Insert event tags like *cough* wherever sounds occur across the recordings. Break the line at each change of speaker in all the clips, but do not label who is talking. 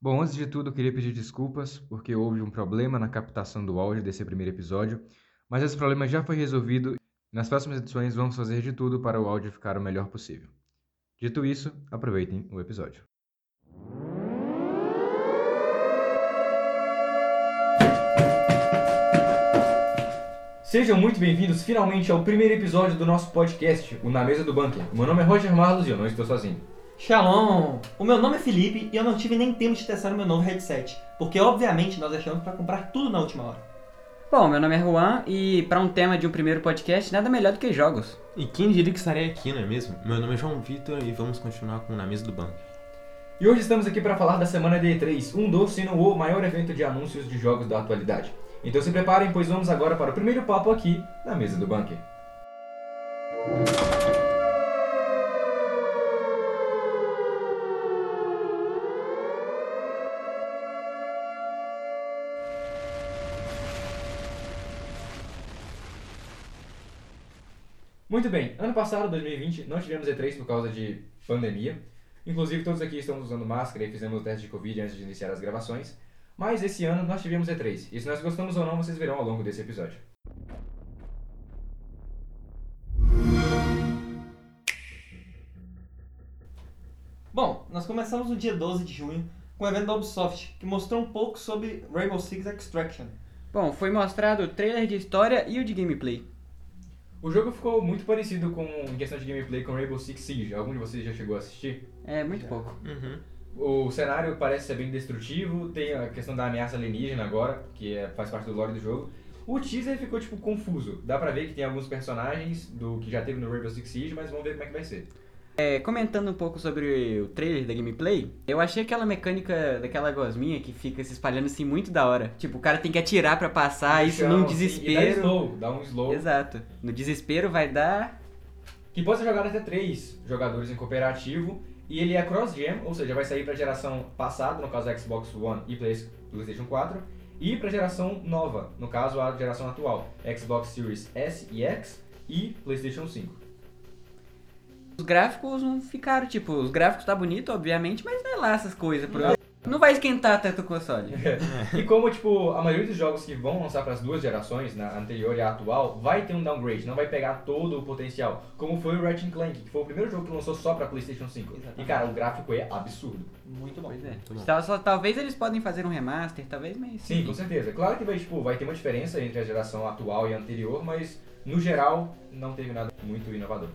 Bom, antes de tudo, eu queria pedir desculpas porque houve um problema na captação do áudio desse primeiro episódio, mas esse problema já foi resolvido. Nas próximas edições, vamos fazer de tudo para o áudio ficar o melhor possível. Dito isso, aproveitem o episódio.
Sejam muito bem-vindos finalmente ao primeiro episódio do nosso podcast, o Na Mesa do Bunker. Meu nome é Roger Marlos e eu não estou sozinho.
Shalom! O meu nome é Felipe e eu não tive nem tempo de testar o meu novo headset, porque obviamente nós achamos pra comprar tudo na última hora.
Bom, meu nome é Juan e para um tema de um primeiro podcast, nada melhor do que jogos.
E quem diria que estaria aqui, não é mesmo? Meu nome é João Vitor e vamos continuar com Na Mesa do Banco.
E hoje estamos aqui para falar da semana D3, um dos, se não o maior evento de anúncios de jogos da atualidade. Então se preparem, pois vamos agora para o primeiro papo aqui na Mesa do Bunker. Muito bem, ano passado, 2020, não tivemos E3 por causa de pandemia. Inclusive, todos aqui estamos usando máscara e fizemos o teste de Covid antes de iniciar as gravações. Mas esse ano nós tivemos E3, e se nós gostamos ou não, vocês verão ao longo desse episódio.
Bom, nós começamos no dia 12 de junho com o evento da Ubisoft, que mostrou um pouco sobre Rainbow Six Extraction.
Bom, foi mostrado o trailer de história e o de gameplay.
O jogo ficou muito parecido com, em questão de gameplay com Rainbow Six Siege. Algum de vocês já chegou a assistir?
É muito pouco.
Uhum.
O cenário parece ser bem destrutivo, tem a questão da ameaça alienígena agora, que é- faz parte do lore do jogo. O teaser ficou, tipo, confuso. Dá pra ver que tem alguns personagens do que já teve no Rainbow Six Siege, mas vamos ver como é que vai ser.
É, comentando um pouco sobre o trailer da gameplay, eu achei aquela mecânica daquela gosminha que fica se espalhando assim muito da hora. Tipo, o cara tem que atirar pra passar, Ah, isso
Então,
num
assim, E dá
desespero.
slow, dá um slow.
Exato. No desespero vai dar.
que pode ser jogado até três jogadores em cooperativo e ele é cross-gen, ou seja, vai sair para geração passada, no caso Xbox One e Play- PlayStation 4, e para geração nova, no caso a geração atual, Xbox Series S e X e PlayStation 5.
Os gráficos não ficaram, tipo, os gráficos tá bonito, obviamente, mas não é lá essas coisas. Pro... Não vai esquentar tanto o
*laughs*
console.
E como tipo a maioria dos jogos que vão lançar para as duas gerações, na anterior e a atual, vai ter um downgrade, não vai pegar todo o potencial, como foi o Ratchet Clank, que foi o primeiro jogo que lançou só para PlayStation 5. E
Exatamente.
cara, o gráfico é absurdo.
Muito bom.
Pois
bom.
é. Tal- só- talvez eles podem fazer um remaster, talvez, mas.
Sim, com certeza. Claro que vai, tipo, vai ter uma diferença entre a geração atual e a anterior, mas no geral não teve nada muito inovador.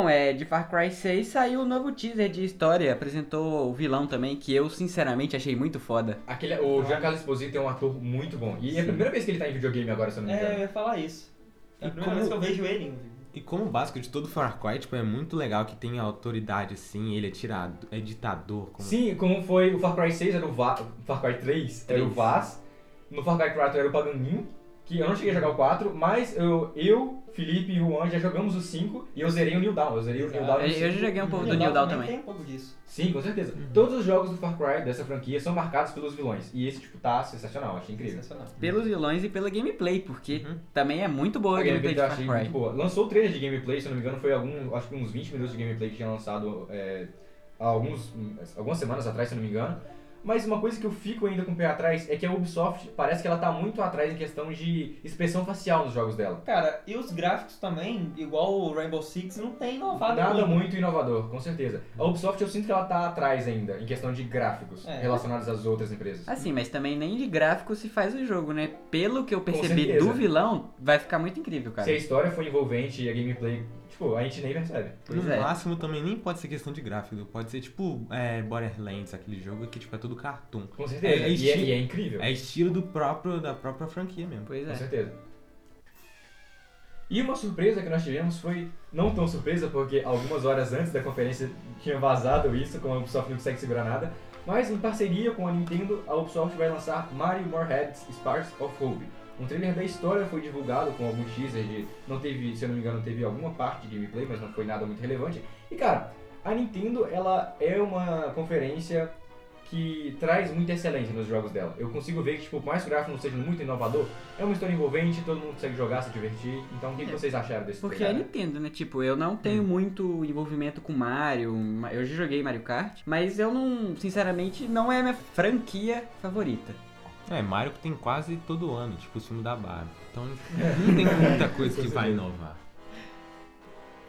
Bom, é, de Far Cry 6 saiu o novo teaser de história, apresentou o vilão também, que eu sinceramente achei muito foda.
Aquele, o Giancarlo Esposito é um ator muito bom. E é a primeira vez que ele tá em videogame agora, se eu não me
É, eu
engano.
ia falar isso. É a
E
primeira
como-
vez que eu vejo ele. em-
E como básico de todo Far Cry, tipo, é muito legal que tem a autoridade assim, ele é tirado, é ditador. Como...
Sim, como foi o Far Cry 6, era o Va Far Cry 3, era o
Três.
Vaz. No Far Cry 4 era o Paganinho, que eu não cheguei a jogar o 4, mas eu, eu Felipe e Juan já jogamos o 5 e eu zerei o New Dawn. Eu zerei o New
Exato.
Dawn no
Eu, eu já joguei um pouco do New Dawn também.
Tem um pouco disso.
Sim, com certeza. Todos os jogos do Far Cry dessa franquia são marcados pelos vilões. E esse, tipo, tá sensacional, achei incrível.
Sensacional.
Pelos vilões e pela gameplay, porque
Uhum.
também é muito boa a
A
gameplay
gameplay
de
eu
Far
achei
Cry.
muito boa. Lançou o trailer de gameplay, se eu não me engano, foi algum, acho que uns 20 minutos de gameplay que tinha lançado é, há alguns, algumas semanas atrás, se eu não me engano. Mas uma coisa que eu fico ainda com o pé atrás é que a Ubisoft parece que ela tá muito atrás em questão de expressão facial nos jogos dela.
Cara, e os gráficos também, igual o Rainbow Six, não tem inovado
Nada
muito.
muito inovador, com certeza. A Ubisoft eu sinto que ela tá atrás ainda em questão de gráficos
É.
relacionados às outras empresas.
Assim, mas também nem de gráfico se faz o jogo, né? Pelo que eu percebi
certeza.
do vilão, vai ficar muito incrível, cara.
Se a história for envolvente e a gameplay, tipo, a gente nem percebe.
No
Pois é.
máximo também nem pode ser questão de gráfico, pode ser tipo é, Borderlands, aquele jogo que tipo é tudo cartoon.
Com certeza.
É, é
e, é,
esti-
e é incrível.
É estilo do próprio da própria franquia mesmo.
Pois
Com
é.
certeza. E uma surpresa que nós tivemos foi, não tão surpresa, porque algumas horas antes da conferência tinha vazado isso, como a Ubisoft não consegue segurar nada, mas em parceria com a Nintendo, a Ubisoft vai lançar Mario Moreheads Sparks of Hope. Um trailer da história foi divulgado com algum teaser de. Não teve, se eu não me engano, teve alguma parte de gameplay, mas não foi nada muito relevante. E cara, a Nintendo, ela é uma conferência que traz muita excelência nos jogos dela. Eu consigo ver que, tipo, por mais que o gráfico não seja muito inovador, é uma história envolvente, todo mundo consegue jogar, se divertir. Então, o que, que
É.
vocês acharam desse
Porque é
trailer?
Nintendo, né? Tipo, eu não tenho
Hum.
muito envolvimento com Mario. ma- Eu já joguei Mario Kart, mas eu não, sinceramente, não é a minha franquia favorita.
É, Mario que tem quase todo ano, tipo o filme da Barbie. Então *laughs* não tem muita coisa que vai inovar.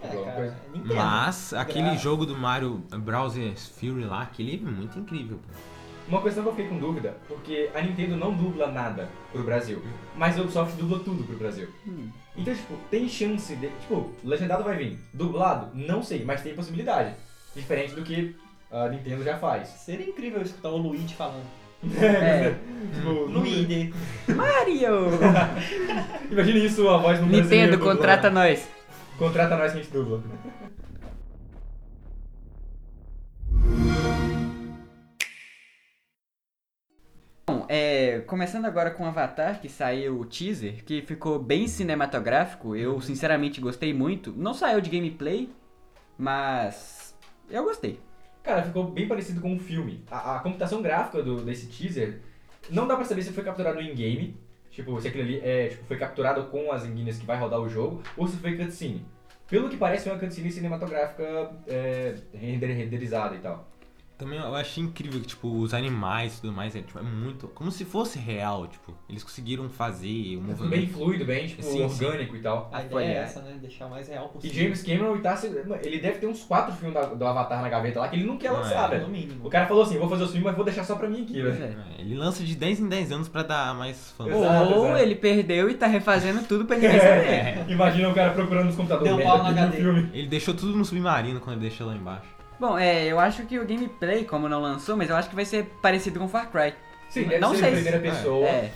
É,
Alguma
cara,
coisa?
é Nintendo.
Mas aquele
Graça.
jogo do Mario Browser Fury lá, aquele é muito incrível, pô.
Uma questão que eu fiquei com dúvida, porque a Nintendo não dubla nada pro Brasil, mas a Ubisoft dubla tudo pro Brasil.
Hum.
Então, tipo, tem chance de. Tipo, legendado vai vir. Dublado? Não sei, mas tem possibilidade. Diferente do que a Nintendo já faz.
Seria incrível escutar o Luigi falando.
É.
tipo,
Luigi.
Mario!
*laughs* Imagina isso, a voz do
Nintendo, contrata nós!
Contrata nós que a gente dubla.
Bom, é, começando agora com Avatar, que saiu o teaser, que ficou bem cinematográfico, eu sinceramente gostei muito. Não saiu de gameplay, mas eu gostei.
Cara, ficou bem parecido com um filme. A, a computação gráfica do, desse teaser, não dá pra saber se foi capturado em game, tipo, se aquilo ali é, tipo, foi capturado com as engines que vai rodar o jogo, ou se foi cutscene. Pelo que parece, é uma cutscene cinematográfica é, render- renderizada e tal.
Também eu achei incrível que, tipo, os animais e tudo mais, é, tipo, é muito. Como se fosse real, tipo. Eles conseguiram fazer
Ficou
o
Bem
movimento.
fluido, bem, tipo,
Sim, Ah, sim.
orgânico e tal.
A
Foi,
ideia
é.
é essa, né? Deixar o mais real
E
possível.
James Cameron tá. se- Ele deve ter uns quatro filmes da- do Avatar na gaveta lá que ele não quer
Não,
lançar,
é.
velho.
No mínimo.
O cara falou assim: vou fazer os filmes, mas vou deixar só pra mim aqui,
*laughs*
Pois
velho.
é.
É, Ele lança de 10 em 10 anos pra dar mais fãs.
Exato,
Ou
exato.
ele perdeu e tá refazendo tudo pra ninguém
*laughs*
saber.
É.
É.
Imagina o cara procurando nos computadores
Deu
merda
pau na
aqui
HD.
filme.
Ele deixou tudo no submarino quando ele deixou lá embaixo.
Bom, é, eu acho que o gameplay, como não lançou, mas eu acho que vai ser parecido com Far Cry.
Sim, deve
Não
ser
sei
em
se-
primeira pessoa.
É.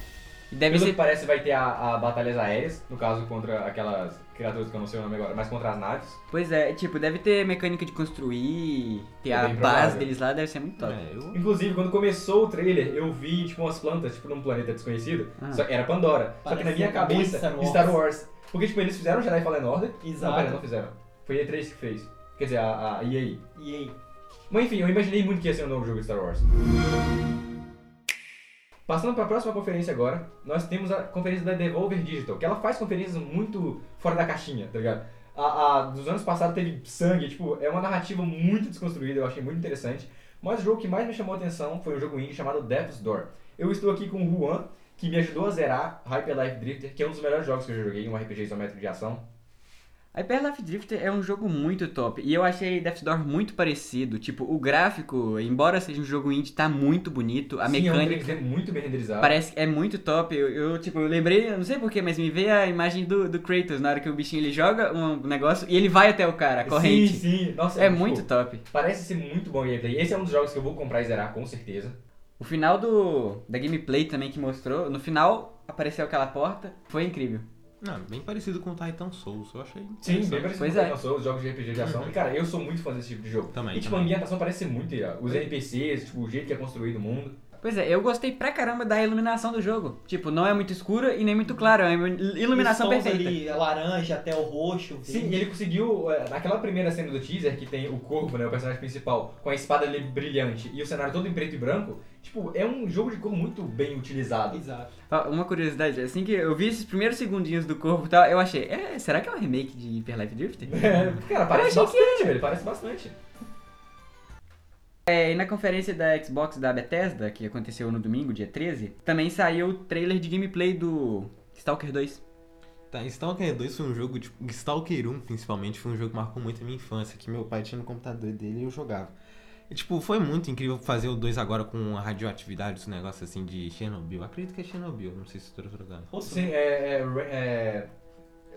E Deve
Pelo
ser.
que parece, vai ter a, a batalhas aéreas, no caso contra aquelas criaturas que eu não sei o nome agora, mas contra as naves.
Pois é, tipo, deve ter mecânica de construir, ter
É
a
bem
base
provável.
deles lá, deve ser muito
Tá.
top.
É, eu-
Inclusive, quando começou o trailer, eu vi, tipo, umas plantas, tipo, num planeta desconhecido.
Ah.
Só que era Pandora. Só que na
Parece
minha
muito
cabeça,
Star Wars.
Porque, tipo, eles fizeram Jedi Fallen Order.
Exato.
Não, pera, não fizeram. Foi a E3 que fez. Quer dizer, a, a EA.
E aí?
Mas enfim, eu imaginei muito que ia ser um novo jogo de Star Wars. Passando para a próxima conferência agora, nós temos a conferência da Devolver Digital, que ela faz conferências muito fora da caixinha, tá ligado? A, a- dos anos passados teve sangue, tipo, é uma narrativa muito desconstruída, eu achei muito interessante. Mas o jogo que mais me chamou a atenção foi um jogo indie chamado Death's Door. Eu estou aqui com o Juan, que me ajudou a zerar Hyper Life Drifter, que é um dos melhores jogos que eu já joguei, um RPG isométrico de ação.
Hyper Life Drifter é um jogo muito top. E eu achei Death Door muito parecido. Tipo, o gráfico, embora seja um jogo indie, tá muito bonito. A
Sim, é um
mecânica
3D muito bem renderizado.
parece é muito top. Eu, eu, tipo, eu lembrei, eu não sei porquê, mas me veio a imagem do, do Kratos na hora que o bichinho ele joga um negócio e ele vai até o cara, a corrente.
Sim, sim. Nossa,
É
tipo,
muito top.
Parece ser muito bom o gameplay. Esse é um dos jogos que eu vou comprar e zerar, com certeza.
O final do da gameplay também que mostrou, no final apareceu aquela porta, foi incrível.
Não, bem parecido com o Titan Souls, eu achei.
Sim, bem
interessante.
parecido
Pois
com
é.
o Sou, os jogos de RPG de ação. E, cara, eu sou muito fã desse tipo de jogo.
Também,
E, tipo, a
também.
ambientação parece ser muito irado. Os NPCs, tipo, o jeito que é construído o mundo.
Pois é, eu gostei pra caramba da iluminação do jogo. Tipo, não é muito escura e nem muito clara, é uma iluminação
Os tons
perfeita.
Ali, é laranja até o roxo.
Sim, e
verde.
ele conseguiu, é, naquela primeira cena do teaser, que tem o corpo, né, o personagem principal, com a espada ali brilhante e o cenário todo em preto e branco, tipo, é um jogo de cor muito bem utilizado.
Exato.
Ó, Tá, Uma curiosidade, assim que eu vi esses primeiros segundinhos do corpo e tal, eu achei, é, será que é um remake de Hyper Life Drifter?
*laughs* É, cara, parece
achei que
bastante, velho, parece bastante.
É, e na conferência da Xbox da Bethesda, que aconteceu no domingo, dia 13, também saiu o trailer de gameplay do Stalker 2.
Tá, Stalker 2 foi um jogo, tipo, Stalker 1 principalmente, foi um jogo que marcou muito a minha infância, que meu pai tinha no computador dele e eu jogava. E, tipo, foi muito incrível fazer o 2 agora com a radioatividade, esse negócio assim de Chernobyl. Acredito que é Chernobyl, não sei se estou jogando.
Roxo.
Sim, é... é, é-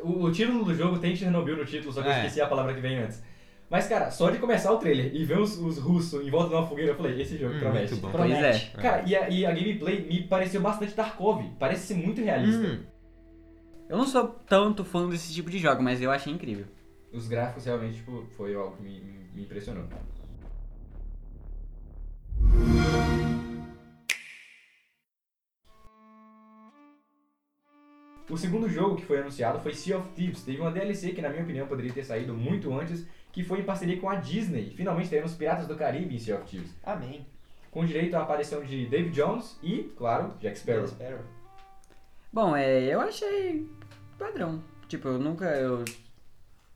o, o título do jogo tem Chernobyl no título, só que eu
É.
esqueci a palavra que vem antes. Mas, cara, só de começar o trailer e ver os, os russos em volta de uma fogueira, eu falei, esse jogo
Hum,
promete.
muito bom.
Pois é.
Promete.
Cara, e a, e a gameplay me pareceu bastante Tarkov, parece ser muito realista.
Hum,
Eu não sou tanto fã desse tipo de jogo, mas eu achei incrível.
Os gráficos realmente, tipo, foi algo que me, me- me impressionou. O segundo jogo que foi anunciado foi Sea of Thieves. Teve uma DLC que, na minha opinião, poderia ter saído muito antes, que foi em parceria com a Disney. Finalmente teremos Piratas do Caribe em Sea of Thieves.
Amém.
com direito à aparição de Dave Jones e, claro, Jack Sparrow.
Sparrow.
Bom, é, eu achei padrão. Tipo, eu nunca. Eu,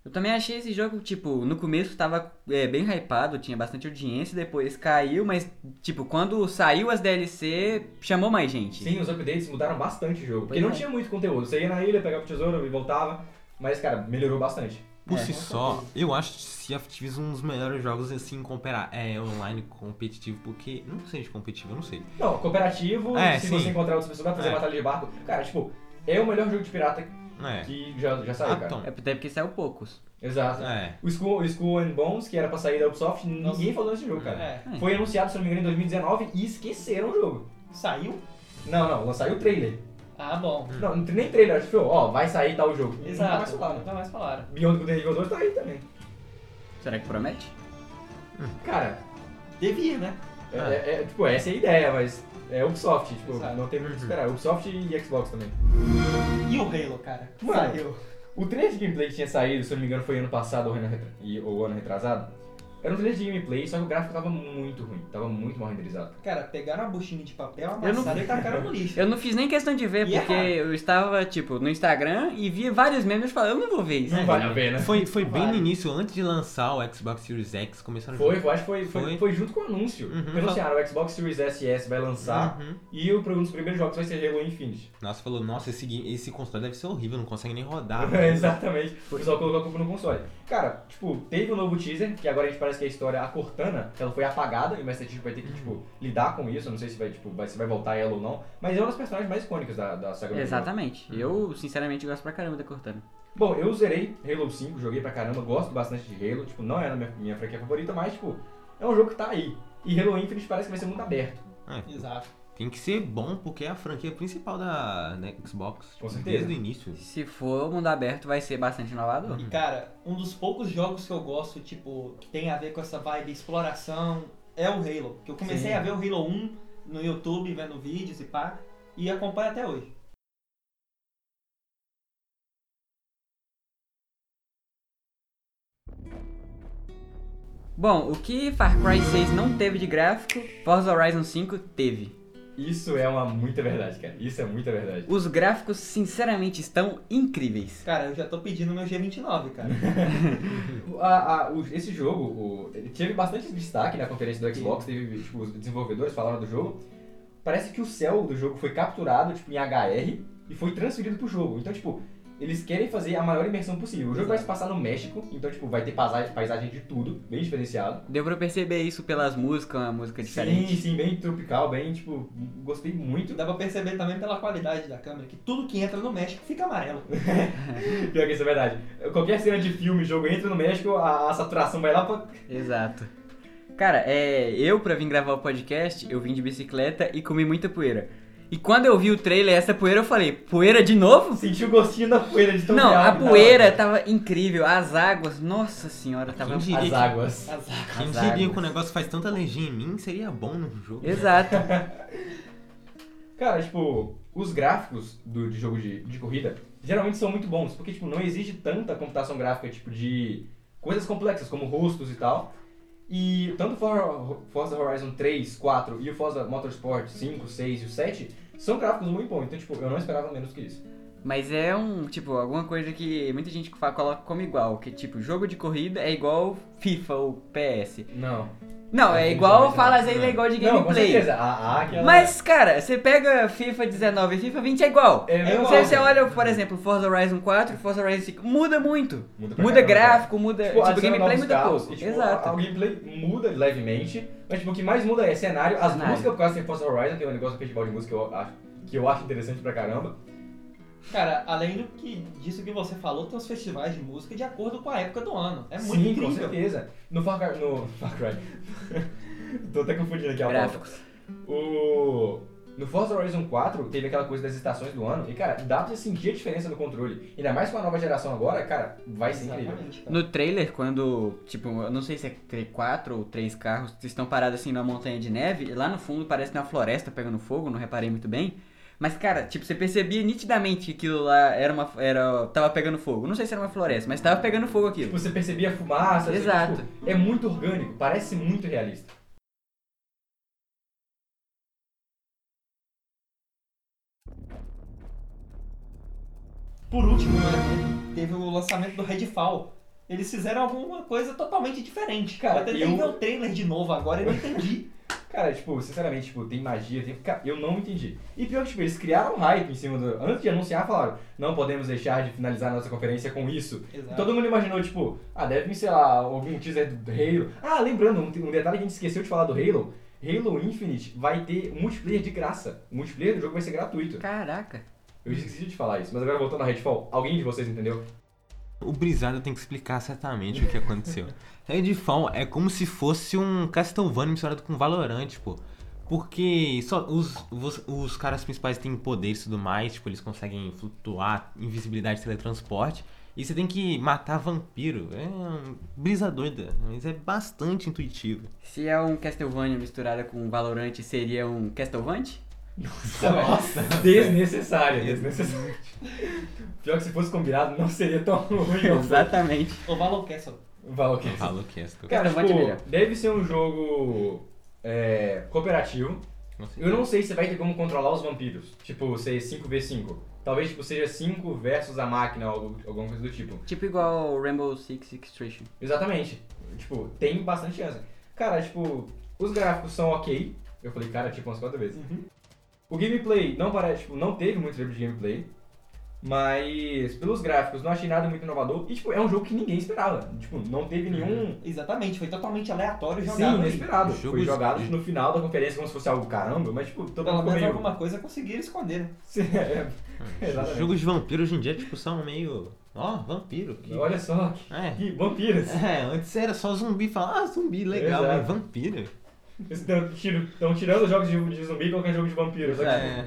eu também achei esse jogo, tipo, no começo tava é, bem hypado, tinha bastante audiência, depois caiu, mas, tipo, quando saiu as DLC, chamou mais gente.
Sim, os updates mudaram bastante o jogo, porque
Pois
não
é.
tinha muito conteúdo. Você ia na ilha, pegava o tesouro e voltava, mas, cara, melhorou bastante.
Por
É,
si
com
só, eu acho se Activision um dos melhores jogos assim comparar é online competitivo, porque não sei de competitivo, eu não sei.
Não, cooperativo,
É,
se
sim.
você encontrar outras pessoas, vai fazer
É.
batalha de barco. Cara, tipo, é o melhor jogo de pirata
É.
que já, já saiu,
Ah,
cara.
então.
É até porque saiu poucos.
Exato.
É.
O School, o School and Bones, que era pra sair da Ubisoft, ninguém falou desse jogo, cara.
É.
É.
Foi anunciado, se não me engano, em 2019 e esqueceram o jogo.
Saiu?
Não, não, saiu o trailer.
Ah, bom.
Não, não tem nem trailer, tipo, ó, vai sair tal jogo. E Hum. Nunca mais
Exato.
falaram.
Nunca mais falaram.
Beyond Good and Evil 2 tá aí também.
Será que promete?
Cara,
Devia, né?
é,
Ah.
é- é, tipo, essa é a ideia, mas é Ubisoft, tipo,
Exato.
não tem muito o que
Uhum.
esperar. Ubisoft e Xbox também.
E o Halo, cara?
Mano.
Saiu.
O trailer de gameplay que tinha saído, se eu não me engano, foi ano passado ou ano, retra- e- ou ano retrasado. Era um trailer de gameplay, só que o gráfico tava muito ruim, tava muito mal renderizado.
Cara, pegaram a buchinha de papel,
Eu não-
amassaram e tacaram
*laughs*
no lixo.
Eu não fiz nem questão de ver,
E
porque
errado.
eu estava, tipo, no Instagram e vi vários memes e falei, eu não vou ver isso.
Não vale a pena.
Foi, foi bem no
Vale.
início, antes de lançar o Xbox Series X, começaram
Foi,
a
eu acho que foi, foi,
Foi.
foi junto com o anúncio.
Uhum.
Porque anunciaram, o Xbox Series S e S vai lançar
Uhum.
e o, um dos primeiros jogos vai ser Halo Infinite.
Nossa, falou, nossa, esse, game- esse console deve ser horrível, não consegue nem
Ah, *laughs*
rodar.
É, Exatamente. O pessoal colocou a culpa no console. Cara, tipo, teve um novo teaser, que agora a gente parece que a história, a Cortana, ela foi apagada e o Master Chief vai ter que, tipo, lidar com isso. Eu não sei se vai, tipo, vai, se vai voltar ela ou não. Mas é uma das personagens mais icônicas da, da saga do jogo.
Exatamente. Eu, sinceramente, gosto pra caramba da Cortana.
Bom, eu zerei Halo 5, joguei pra caramba, gosto bastante de Halo, tipo, não é a minha, minha franquia favorita, mas, tipo, é um jogo que tá aí. E Halo Infinite parece que vai ser muito aberto,
É,
Exato.
tem que ser bom, porque é a franquia principal da, da Xbox.
Com
tipo,
certeza.
Desde o início.
Se for mundo aberto, vai ser bastante inovador.
E
Uhum.
cara, um dos poucos jogos que eu gosto, tipo, que tem a ver com essa vibe exploração, é o Halo. Que eu comecei
Sim.
a ver o Halo 1 no YouTube, vendo vídeos e pá, e acompanho até hoje.
Bom, o que Far Cry 6 não teve de gráfico, Forza Horizon 5 teve.
Isso é uma muita verdade, cara. Isso é muita verdade.
Os gráficos, sinceramente, estão incríveis.
Cara, eu já tô pedindo meu G29,
*laughs*
cara.
A- a- o- esse jogo o- ele teve bastante destaque na conferência do Xbox, teve, tipo, os desenvolvedores falaram do jogo. Parece que o céu do jogo foi capturado tipo, em HR e foi transferido pro jogo. Então, tipo, eles querem fazer a maior imersão possível. O jogo vai se passar no México, então, tipo, vai ter paisagem, paisagem de tudo, bem diferenciado.
Deu pra perceber isso pelas músicas, uma música diferente.
Sim, sim, bem tropical, bem, tipo, gostei muito.
Dá pra perceber também pela qualidade da câmera que tudo que entra no México fica
*laughs*
amarelo.
Pior que isso é verdade. Qualquer cena de filme, jogo entra no México, a, a saturação vai lá pra
Exato. Cara, é, eu pra vir gravar o podcast, eu vim de bicicleta e comi muita poeira. E quando eu vi o trailer essa poeira, eu falei, poeira de novo?
sentir o gostinho da poeira de tão
Não,
real
a
que tava.
poeira tava incrível, as águas, nossa senhora, tava...
Quem diria
As
que-
águas.
Azar.
Quem
as
diria que o
águas.
negócio faz tanta alergia em mim, seria bom no jogo.
Exato.
Cara, tipo, os gráficos do, de jogo de, de corrida geralmente são muito bons, porque tipo, não exige tanta computação gráfica, tipo, de coisas complexas como rostos e tal. E tanto o For- Forza Horizon 3, 4 e o Forza Motorsport 5, 6 e o 7 são gráficos muito bons, então tipo, eu não esperava menos que isso.
Mas é um, tipo, alguma coisa que muita gente fa- coloca como igual, que tipo, jogo de corrida é igual FIFA ou PS.
Não.
Não,
É,
é
tem
igual,
jogos,
fala
né?
às vezes é igual de
Não, com
gameplay.
certeza. A, a, aquela...
Mas, cara, você pega FIFA 19 e FIFA 20 é igual.
É
igual,
Você, você
cara.
olha, por exemplo, Forza Horizon 4, Forza Horizon 5, muda muito.
pra
Muda
caramba, cara.
gráfico, muda. Tipo,
adiciona
gameplay
novos
muda
carros,
pouco.
e, tipo,
Exato.
A, a gameplay muda levemente, mas tipo, o que mais muda é cenário, as
Cenário.
músicas, por causa que tem Forza Horizon, que é um negócio do festival de música que eu acho, que eu acho interessante pra caramba.
Cara, além do que disso que você falou, tem os festivais de música de acordo com a época do ano. É muito
Sim, com
incrível.
certeza. No Far Cry. No *laughs* Far Cry. Tô até confundindo aqui a pauta.
Gráficos.
O. No Forza Horizon 4 teve aquela coisa das estações do ano, e cara, dá pra você sentir a diferença no controle. Ainda mais com a nova geração agora, cara, vai ser incrível.
Exatamente, cara.
Tá. No trailer, quando, tipo, eu não sei se é tre- quatro ou três carros que estão parados assim numa montanha de neve, e lá no fundo parece que tem uma floresta pegando fogo, não reparei muito bem. Mas, cara, tipo, você percebia nitidamente que aquilo lá era uma. Era, tava pegando fogo. Não sei se era uma floresta, mas tava pegando fogo aquilo.
Tipo, você percebia a fumaça, assim, você-
Exato.
tipo, é muito orgânico, parece muito realista.
Por último, né, teve o lançamento do Redfall. Eles fizeram alguma coisa totalmente diferente. Cara,
Cara,
eu tentei
eu-
ver o trailer de novo agora e não entendi.
Cara, tipo, sinceramente, tipo, tem magia, tem... Cara, eu não entendi. E pior que, tipo, eles criaram um hype em cima do... Antes de anunciar, falaram, não podemos deixar de finalizar nossa conferência com isso.
Exato.
Todo mundo imaginou, tipo, ah, deve vir, sei lá, algum teaser do Halo. Ah, lembrando, um, um detalhe que a gente esqueceu de falar do Halo. Halo Infinite vai ter multiplayer de graça. O multiplayer do jogo vai ser gratuito.
Caraca.
Eu esqueci de falar isso, mas agora voltando a Redfall, alguém de vocês entendeu?
O Brisada tem que explicar certamente o que *laughs* aconteceu. Redfall é como se fosse um Castlevania misturado com Valorant, tipo. Porque só os, os, os caras principais têm poderes e tudo mais, tipo, eles conseguem flutuar, invisibilidade, teletransporte. E você tem que matar vampiro. É um brisa doida, mas é bastante intuitivo.
Se é um Castlevania misturada com Valorant, seria um Castlevania?
*laughs*
Nossa, desnecessária, desnecessária. Pior que se fosse combinado, não seria tão ruim.
Exatamente.
O Valor Castle.
Valor
*laughs*
que
Falou que é, essa.
Cara,
Bate melhor.
tipo, deve ser um jogo é, cooperativo. Eu não sei se vai ter como controlar os vampiros. Tipo, ser 5v5. Talvez tipo, seja 5 versus a máquina ou algo- alguma coisa do tipo.
Tipo igual o Rainbow Six Extraction.
Exatamente. Tipo, tem bastante chance. Cara, tipo, os gráficos são ok. Eu falei, cara, tipo, umas quatro vezes. O gameplay não parece, tipo, não teve muito tempo de gameplay. Mas pelos gráficos, não achei nada muito inovador. E tipo, é um jogo que ninguém esperava. Tipo, não teve nenhum
Uhum. Exatamente, foi totalmente aleatório jogar. né?
Sim, inesperado.
O jogo
Foi jogado
existe.
no final da conferência como se fosse algo caramba, mas tipo, todo mundo
Pelo
ficou
menos
meio...
alguma coisa conseguiram esconder. né?
*laughs* É,
Os
Exatamente.
jogos Ah, de vampiro hoje em dia, tipo, são meio. Ó, vampiro. Que...
Olha só,
É.
que vampiras.
É, antes era só zumbi falar, ah, zumbi, legal,
Exato.
mas vampiro.
Estão tirando os jogos de, de zumbi e colocando jogo de vampiros. Só que, tipo,
É.
É.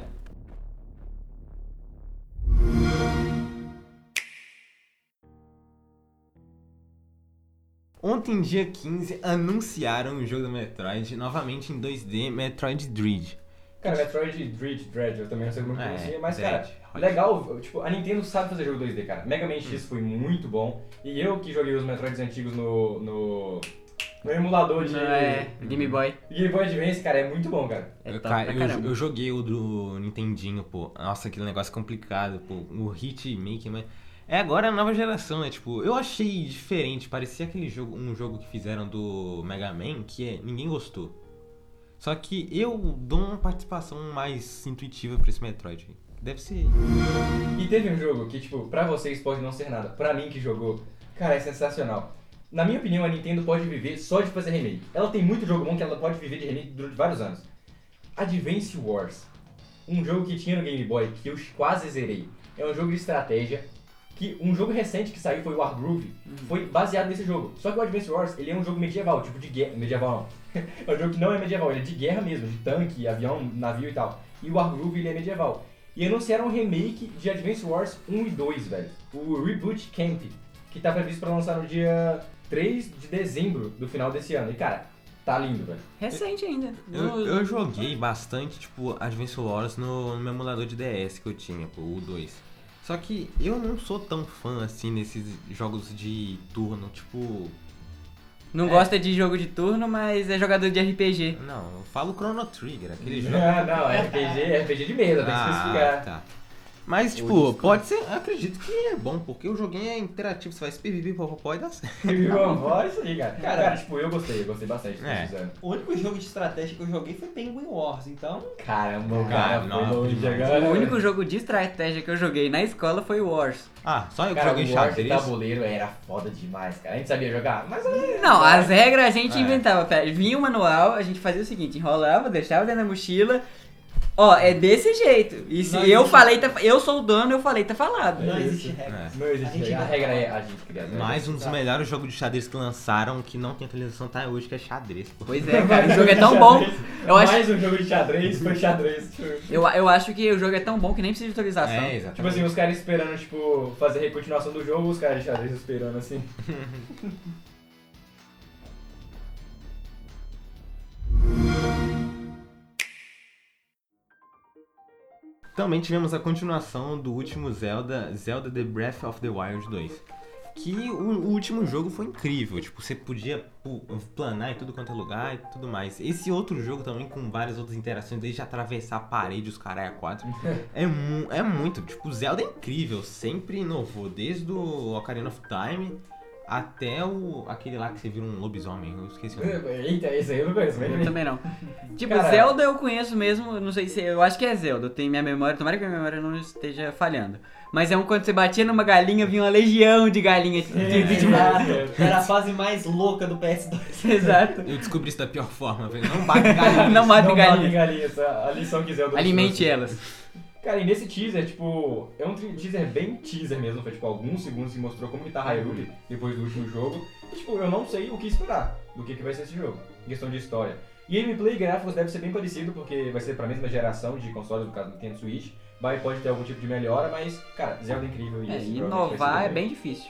Ontem, dia 15, anunciaram o jogo do Metroid, novamente em 2D, Metroid Dread.
Cara, Metroid Dread, Dread, eu também não sei como
É,
pronuncia, mas
Dread,
cara,
ótimo. Hum.
legal, tipo, a Nintendo sabe fazer jogo 2D, cara. Mega Man X foi muito bom, e eu que joguei os Metroids antigos no... no... no emulador de
Ah,
É, Game Boy.
Game Boy Advance, cara, é muito bom, cara.
É
eu,
top
ca-
pra
eu-
caramba.
eu joguei o do Nintendinho, pô. Nossa, aquele negócio complicado, pô. O hit making, mas. É agora a nova geração, né? Tipo, eu achei diferente. Parecia aquele jogo, um jogo que fizeram do Mega Man, que é, ninguém gostou. Só que eu dou uma participação mais intuitiva pra esse Metroid. aí. Deve ser.
E teve um jogo que, tipo, pra vocês pode não ser nada. Pra mim que jogou, cara, é sensacional. Na minha opinião, a Nintendo pode viver só de fazer remake. Ela tem muito jogo bom que ela pode viver de remake durante vários anos. Advance Wars. Um jogo que tinha no Game Boy, que eu quase zerei. É um jogo de estratégia. Que um jogo recente que saiu foi o Wargroove. Foi baseado nesse jogo. Só que o Advance Wars, ele é um jogo medieval, tipo de guerra. Medieval não. *laughs* é um jogo que não é medieval, ele é de guerra mesmo, de tanque, avião, navio e tal. E o Wargroove, ele é medieval. E anunciaram um remake de Advance Wars 1 e 2, velho. O Reboot Camp, que tá previsto pra lançar no dia 3 de dezembro do final desse ano. E cara, tá lindo, velho.
Recente ainda.
Eu,
No-
eu joguei bastante, tipo, Advance Wars no, no meu emulador de DS que eu tinha, pô, o 2. Só que eu não sou tão fã, assim, nesses jogos de turno, tipo.
Não gosta de jogo de turno, mas é jogador de RPG.
Não, eu falo Chrono Trigger, aquele jogo.
Ah, não, RPG, é RPG de mesa, tem que
*laughs*
especificar.
tá. Mas, tipo, pode ser. Acredito que é bom, porque o joguinho é interativo, você vai pipipi, popopó e dá certo.
E Viva a voz isso aí, cara.
Cara,
cara. tipo, eu gostei, eu gostei bastante do
É.
design.
O único jogo de estratégia que eu joguei foi Penguin Wars, então
Caramba, o
Cara,
cara, foi
não,
longe
demais.
agora.
O único jogo de estratégia que eu joguei na escola foi o Wars.
Ah, só eu que
Cara,
joguei
o tá Wars de
xadrez.
tabuleiro era foda demais, cara. A gente sabia jogar, mas... é,
Não, as regras a gente
É.
inventava. pera, Vinha o manual, a gente fazia o seguinte, enrolava, deixava dentro da mochila. Ó, é desse jeito. E se
Não
eu
existe-
falei, tá- eu sou o dono, eu falei, tá falado.
não
isso.
existe regra.
Não existe
A gente
regra. A
inventa.
regra é a gente criar. né?
Mas um dos
Tá.
melhores jogos de xadrez que lançaram, que não tem atualização até hoje, que *laughs* é xadrez. pô.
Pois é, cara, o jogo
*laughs*
é tão bom. Eu acho,
Mais um jogo de xadrez, foi xadrez.
*laughs*
eu, eu acho que o jogo é tão bom que nem precisa de atualização.
É,
Tipo assim,
exatamente.
os caras esperando, tipo, fazer a continuação do jogo, os caras de xadrez esperando, assim.
Também tivemos a continuação do último Zelda, Zelda The Breath of the Wild 2. que o, o último jogo foi incrível. Tipo, você podia pu- planar em tudo quanto é lugar e tudo mais. Esse outro jogo também, com várias outras interações, desde atravessar a parede, os caralho a quatro. é, mu- é muito. Tipo, Zelda é incrível. Sempre inovou. Desde o Ocarina of Time até o aquele lá que você vira um lobisomem. Eu esqueci o nome.
*laughs*
Uhum.
Eita, esse aí eu não conheço.
Eu também não. Tipo,
Cara.
Zelda eu conheço mesmo, eu não sei se. Eu acho que é Zelda, eu tenho minha memória, tomara que minha memória não esteja falhando. Mas é um quando você batia numa galinha, vinha uma legião de galinha de, de,
É.
de, de lado.
Era a fase mais louca do PS2.
*laughs* Exato.
Eu descobri isso da pior forma, velho. Não bate
*laughs*
galinha.
Não mate
Não matem
galinha.
galinhas, a a lição que Zelda
Alimente
trouxe.
elas.
Cara, e nesse teaser, tipo, é um tri- teaser bem teaser mesmo, foi tipo alguns segundos que mostrou como que tá Hyrule depois do último jogo. E tipo, eu não sei o que esperar do que, que vai ser esse jogo, em questão de história. E gameplay e gráficos deve ser bem parecido, porque vai ser pra mesma geração de consoles, no caso do Nintendo Switch. Vai, pode ter algum tipo de melhora, mas, cara, Zelda é incrível e
É,
esse provavelmente vai
inovar
ser
é bem difícil.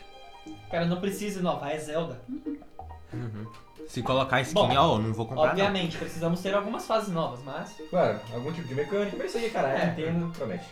Cara, não precisa inovar, é Zelda.
Se colocar skin,
Bom,
ó, não vou comprar. não.
Obviamente, precisamos ter algumas fases novas, mas.
Claro, algum tipo de mecânica, mas isso aí, cara, é
É.
Nintendo, promete.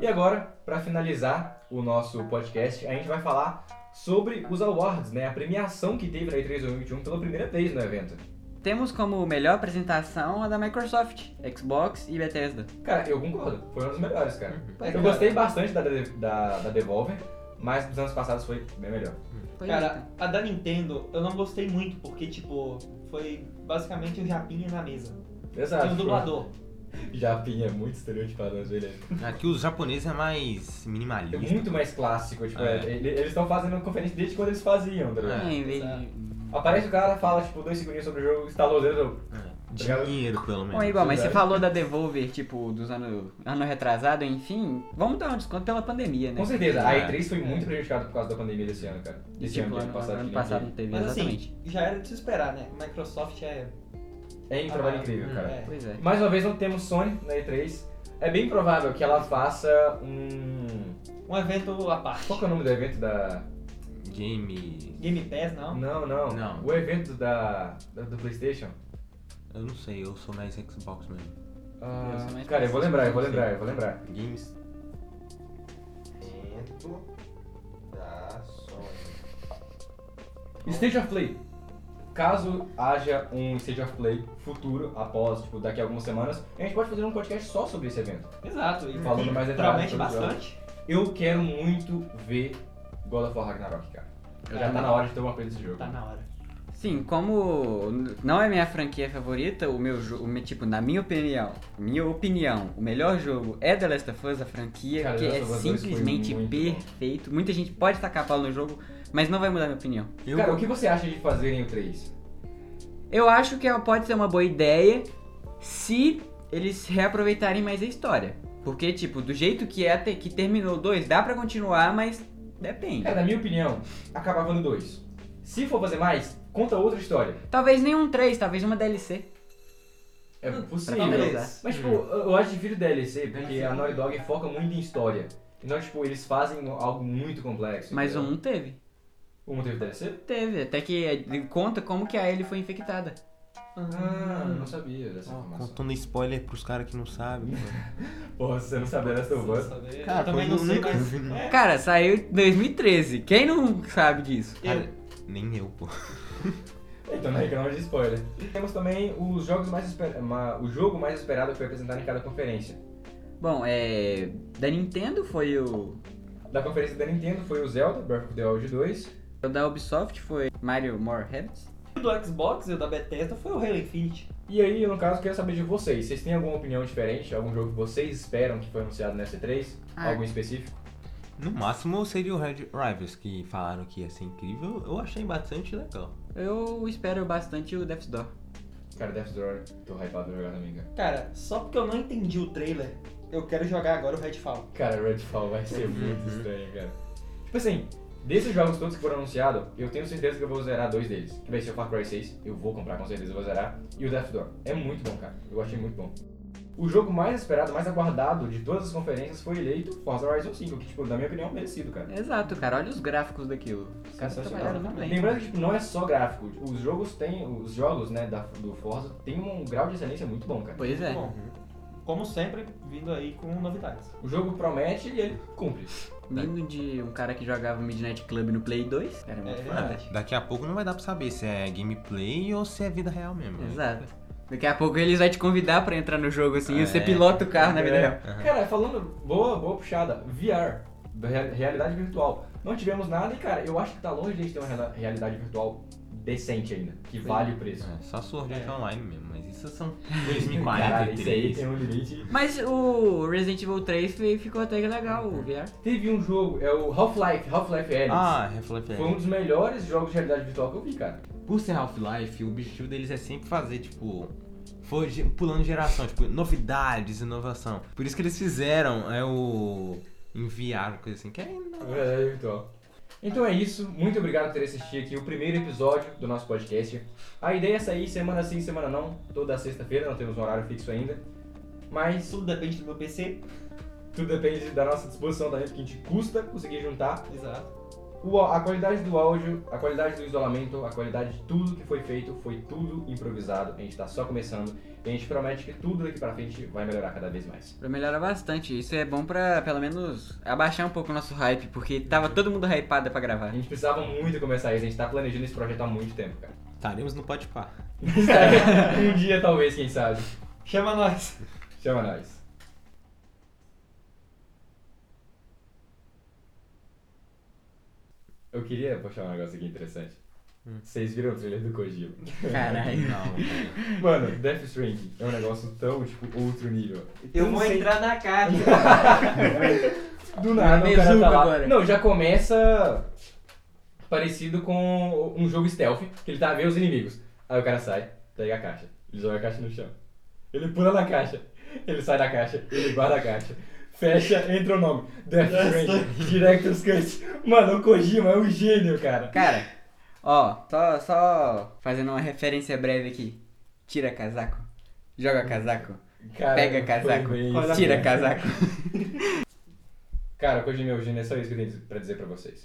E agora, pra finalizar o nosso podcast, a gente vai falar sobre os awards, né? A premiação que teve na E3 2021 pela primeira vez no evento.
Temos como melhor apresentação a da Microsoft, Xbox e Bethesda.
Cara, eu concordo, foi uma das melhores, cara.
Pois
Eu
é.
gostei bastante da, de- da, da Devolver, mas dos anos passados foi bem melhor.
Pois é.
Cara, a da Nintendo eu não gostei muito, porque, tipo, foi basicamente um japinha na mesa.
Exato.
Tinha um dublador.
Japinha é muito estereotipado, mas beleza.
Aqui os japoneses é mais
É
minimalista.
muito mais clássico, tipo,
É.
é, ele- eles estão fazendo conferência desde quando eles faziam, tá ligado?
É, em vez de-
Aparece o cara, fala, tipo, dois segundinhos sobre o jogo, instalou o dedo.
Dinheiro, pelo
Bom,
menos.
igual, mas você
verdade.
falou da Devolver, tipo, dos anos ano retrasado, enfim. Vamos dar um desconto pela pandemia, né?
Com certeza, a
É.
E3 foi muito prejudicada por causa da pandemia desse ano, cara.
E,
Esse
tipo,
ano,
ano,
ano passado.
ano
que né?
passado
ninguém-
não teve,
Mas
exatamente.
assim, já era de se esperar, né? Microsoft é.
É um trabalho incrível,
Hum,
cara.
é.
Pois Ah, é.
Mais uma vez, não temos Sony na E3. É bem provável que ela faça um...
Um evento à parte.
Qual que é o nome do evento da...
Game.
Game Pass, não?
Não, não.
Não.
O evento da... da- do Playstation.
Eu não sei, eu sou mais Xbox mesmo.
Ah,
Eu sou mais
cara, eu vou
PlayStation,
lembrar, eu vou
não sei.
lembrar, eu vou lembrar.
Games.
Stage of Play. Caso haja um Stage of Play futuro, após, tipo, daqui a algumas semanas, a gente pode fazer um podcast só sobre esse evento.
Exato. E
Falando mais detalhes
promete
sobre o jogo.
bastante.
Eu quero muito ver God of War Ragnarok, cara.
Eu
Já tá
também.
na hora de ter uma coisa desse jogo.
Tá na hora.
Sim, como n- não é minha franquia favorita, o meu jogo, tipo, na minha opinião, minha opinião, o melhor jogo é The Last of Us, a franquia,
Cara,
que
The Last
é
of Us dois foi
simplesmente
muito bom.
perfeito. Muita gente pode tacar pau no jogo, mas não vai mudar minha opinião.
Eu,
Cara, o que você acha de fazerem o 3?
Eu acho que é, pode ser uma boa ideia se eles reaproveitarem mais a história. Porque, tipo, do jeito que é até que terminou o 2, dá pra continuar, mas depende.
Cara, na minha opinião, acabava no 2. Se for fazer mais, conta outra história.
Talvez nem um 3, talvez uma DLC.
É possível.
Hum, talvez. Hum.
Mas, tipo, eu eu acho difícil o DLC, porque
um
a Naughty Dog foca muito em história. Então, tipo, eles fazem algo muito complexo.
Mas
entendeu?
um teve.
Um teve DLC?
Teve, até que eh, conta como que a Ellie foi infectada.
Ah, não sabia dessa informação.
contando spoiler pros caras que não sabem. mano.
Porra, se você não sabia dessa
Preciso
voz.
saber.
Cara,
Eu também
pô,
não
eu
sei,
nunca
mas.
vi, não.
É.
Cara, saiu em 2013. Quem não sabe disso?
Cara, nem eu, pô.
Então não reclama de spoiler. Temos também os jogos mais esper... ma- o jogo mais esperado que foi apresentado em cada conferência.
Bom, é. Da Nintendo foi o.
Da conferência da Nintendo foi o Zelda, Breath of the Wild 2.
o Da Ubisoft foi Mario More Rabbids.
O do Xbox e o da Bethesda foi o Halo Infinite.
E aí, no caso, quero saber de vocês. Vocês têm alguma opinião diferente? Algum jogo que vocês esperam que foi anunciado nessa 3
Ah.
Algum específico?
No máximo seria o Red Rivals, que falaram que ia ser incrível. Eu achei bastante legal.
Eu espero bastante o Death's Door.
Cara, Death's Door, tô hypado pra jogar também, cara.
Cara, só porque eu não entendi o trailer, eu quero jogar agora o Redfall.
Cara, Redfall vai
Uhum,
ser muito estranho, cara. Tipo assim, desses jogos todos que foram anunciados, eu tenho certeza que eu vou zerar dois deles. Que vai ser o Far Cry 6, eu vou comprar com certeza, eu vou zerar. E o Death Door. É muito bom, cara. Eu achei muito bom. O jogo mais esperado, mais aguardado de todas as conferências foi eleito Forza Horizon 5, que, tipo, na minha opinião, merecido, cara.
Exato, cara. Olha os gráficos daquilo. Os caras trabalharam muito bem.
Lembrando que tipo, não é só gráfico. Os jogos têm, os jogos, né, da, do Forza tem um grau de excelência muito bom, cara.
Pois é.
Bom, como sempre, vindo aí com novidades.
O jogo promete e ele cumpre.
Vindo de um cara que jogava Midnight Club no Play 2. Cara, é muito
É,
foda.
verdade.
Daqui a pouco não vai dar pra saber se é gameplay ou se é vida real mesmo. né?
Exato. Daqui a pouco eles vão te convidar pra entrar no jogo assim. E você
É.
pilota o carro na vida
É.
real.
Cara, falando, boa, boa puxada, VR, da rea- realidade virtual. Não tivemos nada e, cara, eu acho que tá longe de a gente ter uma reala- realidade virtual decente ainda, que vale o preço.
É, só Sword Art
É.
Online mesmo, mas isso *laughs* são
Caralho, isso aí
2043.
tem um limite.
Mas o Resident Evil 3 fi- ficou até que legal, o VR.
Teve um jogo, é o Half-Life, Half-Life Alyx.
Ah, Half-Life
Foi um dos melhores jogos de realidade virtual que eu vi, cara.
Por ser Half-Life, o objetivo deles é sempre fazer, tipo. Foi ge- pulando geração, tipo, novidades, inovação. Por isso que eles fizeram, é o. Enviaram, coisa assim, que é.
Realidade virtual. Então é isso, muito obrigado por ter assistido aqui o primeiro episódio do nosso podcast. A ideia é sair semana sim, semana não, toda sexta-feira, não temos um horário fixo ainda. Mas
Isso tudo depende do meu PC.
Tudo depende da nossa disposição também, porque a gente custa conseguir juntar.
Exato.
O, a qualidade do áudio, a qualidade do isolamento, a qualidade de tudo que foi feito, foi tudo improvisado. A gente tá só começando e a gente promete que tudo daqui pra frente vai melhorar cada vez mais.
Pra melhorar bastante. Isso é bom pra, pelo menos, abaixar um pouco o nosso hype, porque tava todo mundo hypado pra
A
gravar.
gente precisava muito começar isso, a gente tá planejando esse projeto há muito tempo, cara.
Estaremos no Podpah.
um dia talvez, quem sabe.
Chama nós.
Chama nós. Eu queria puxar um negócio aqui interessante. Vocês viram o trailer do Kojima?
Caralho.
Não,
Mano, Death Stranding é um negócio tão, tipo, outro nível.
Eu
Não
vou
sei-
entrar na casa.
do nada,
na
o cara tá
mezuca
lá.
agora.
Não, já começa parecido com um jogo stealth, que ele tá vendo os inimigos. Aí o cara sai, pega a caixa, ele joga a caixa no chão. Ele pula na caixa, ele sai da caixa, ele guarda a caixa. Fecha, entra o nome. Death Stranding, Director's Cut. Mano, o Kojima é um gênio, cara.
*laughs* Cara, ó, só, só fazendo uma referência breve aqui. Tira casaco, joga casaco,
Cara,
pega
foi
casaco,
bem-
Olha-
tira casaco.
Cara, o Kojima é um gênio, é só isso que eu tenho pra dizer pra vocês.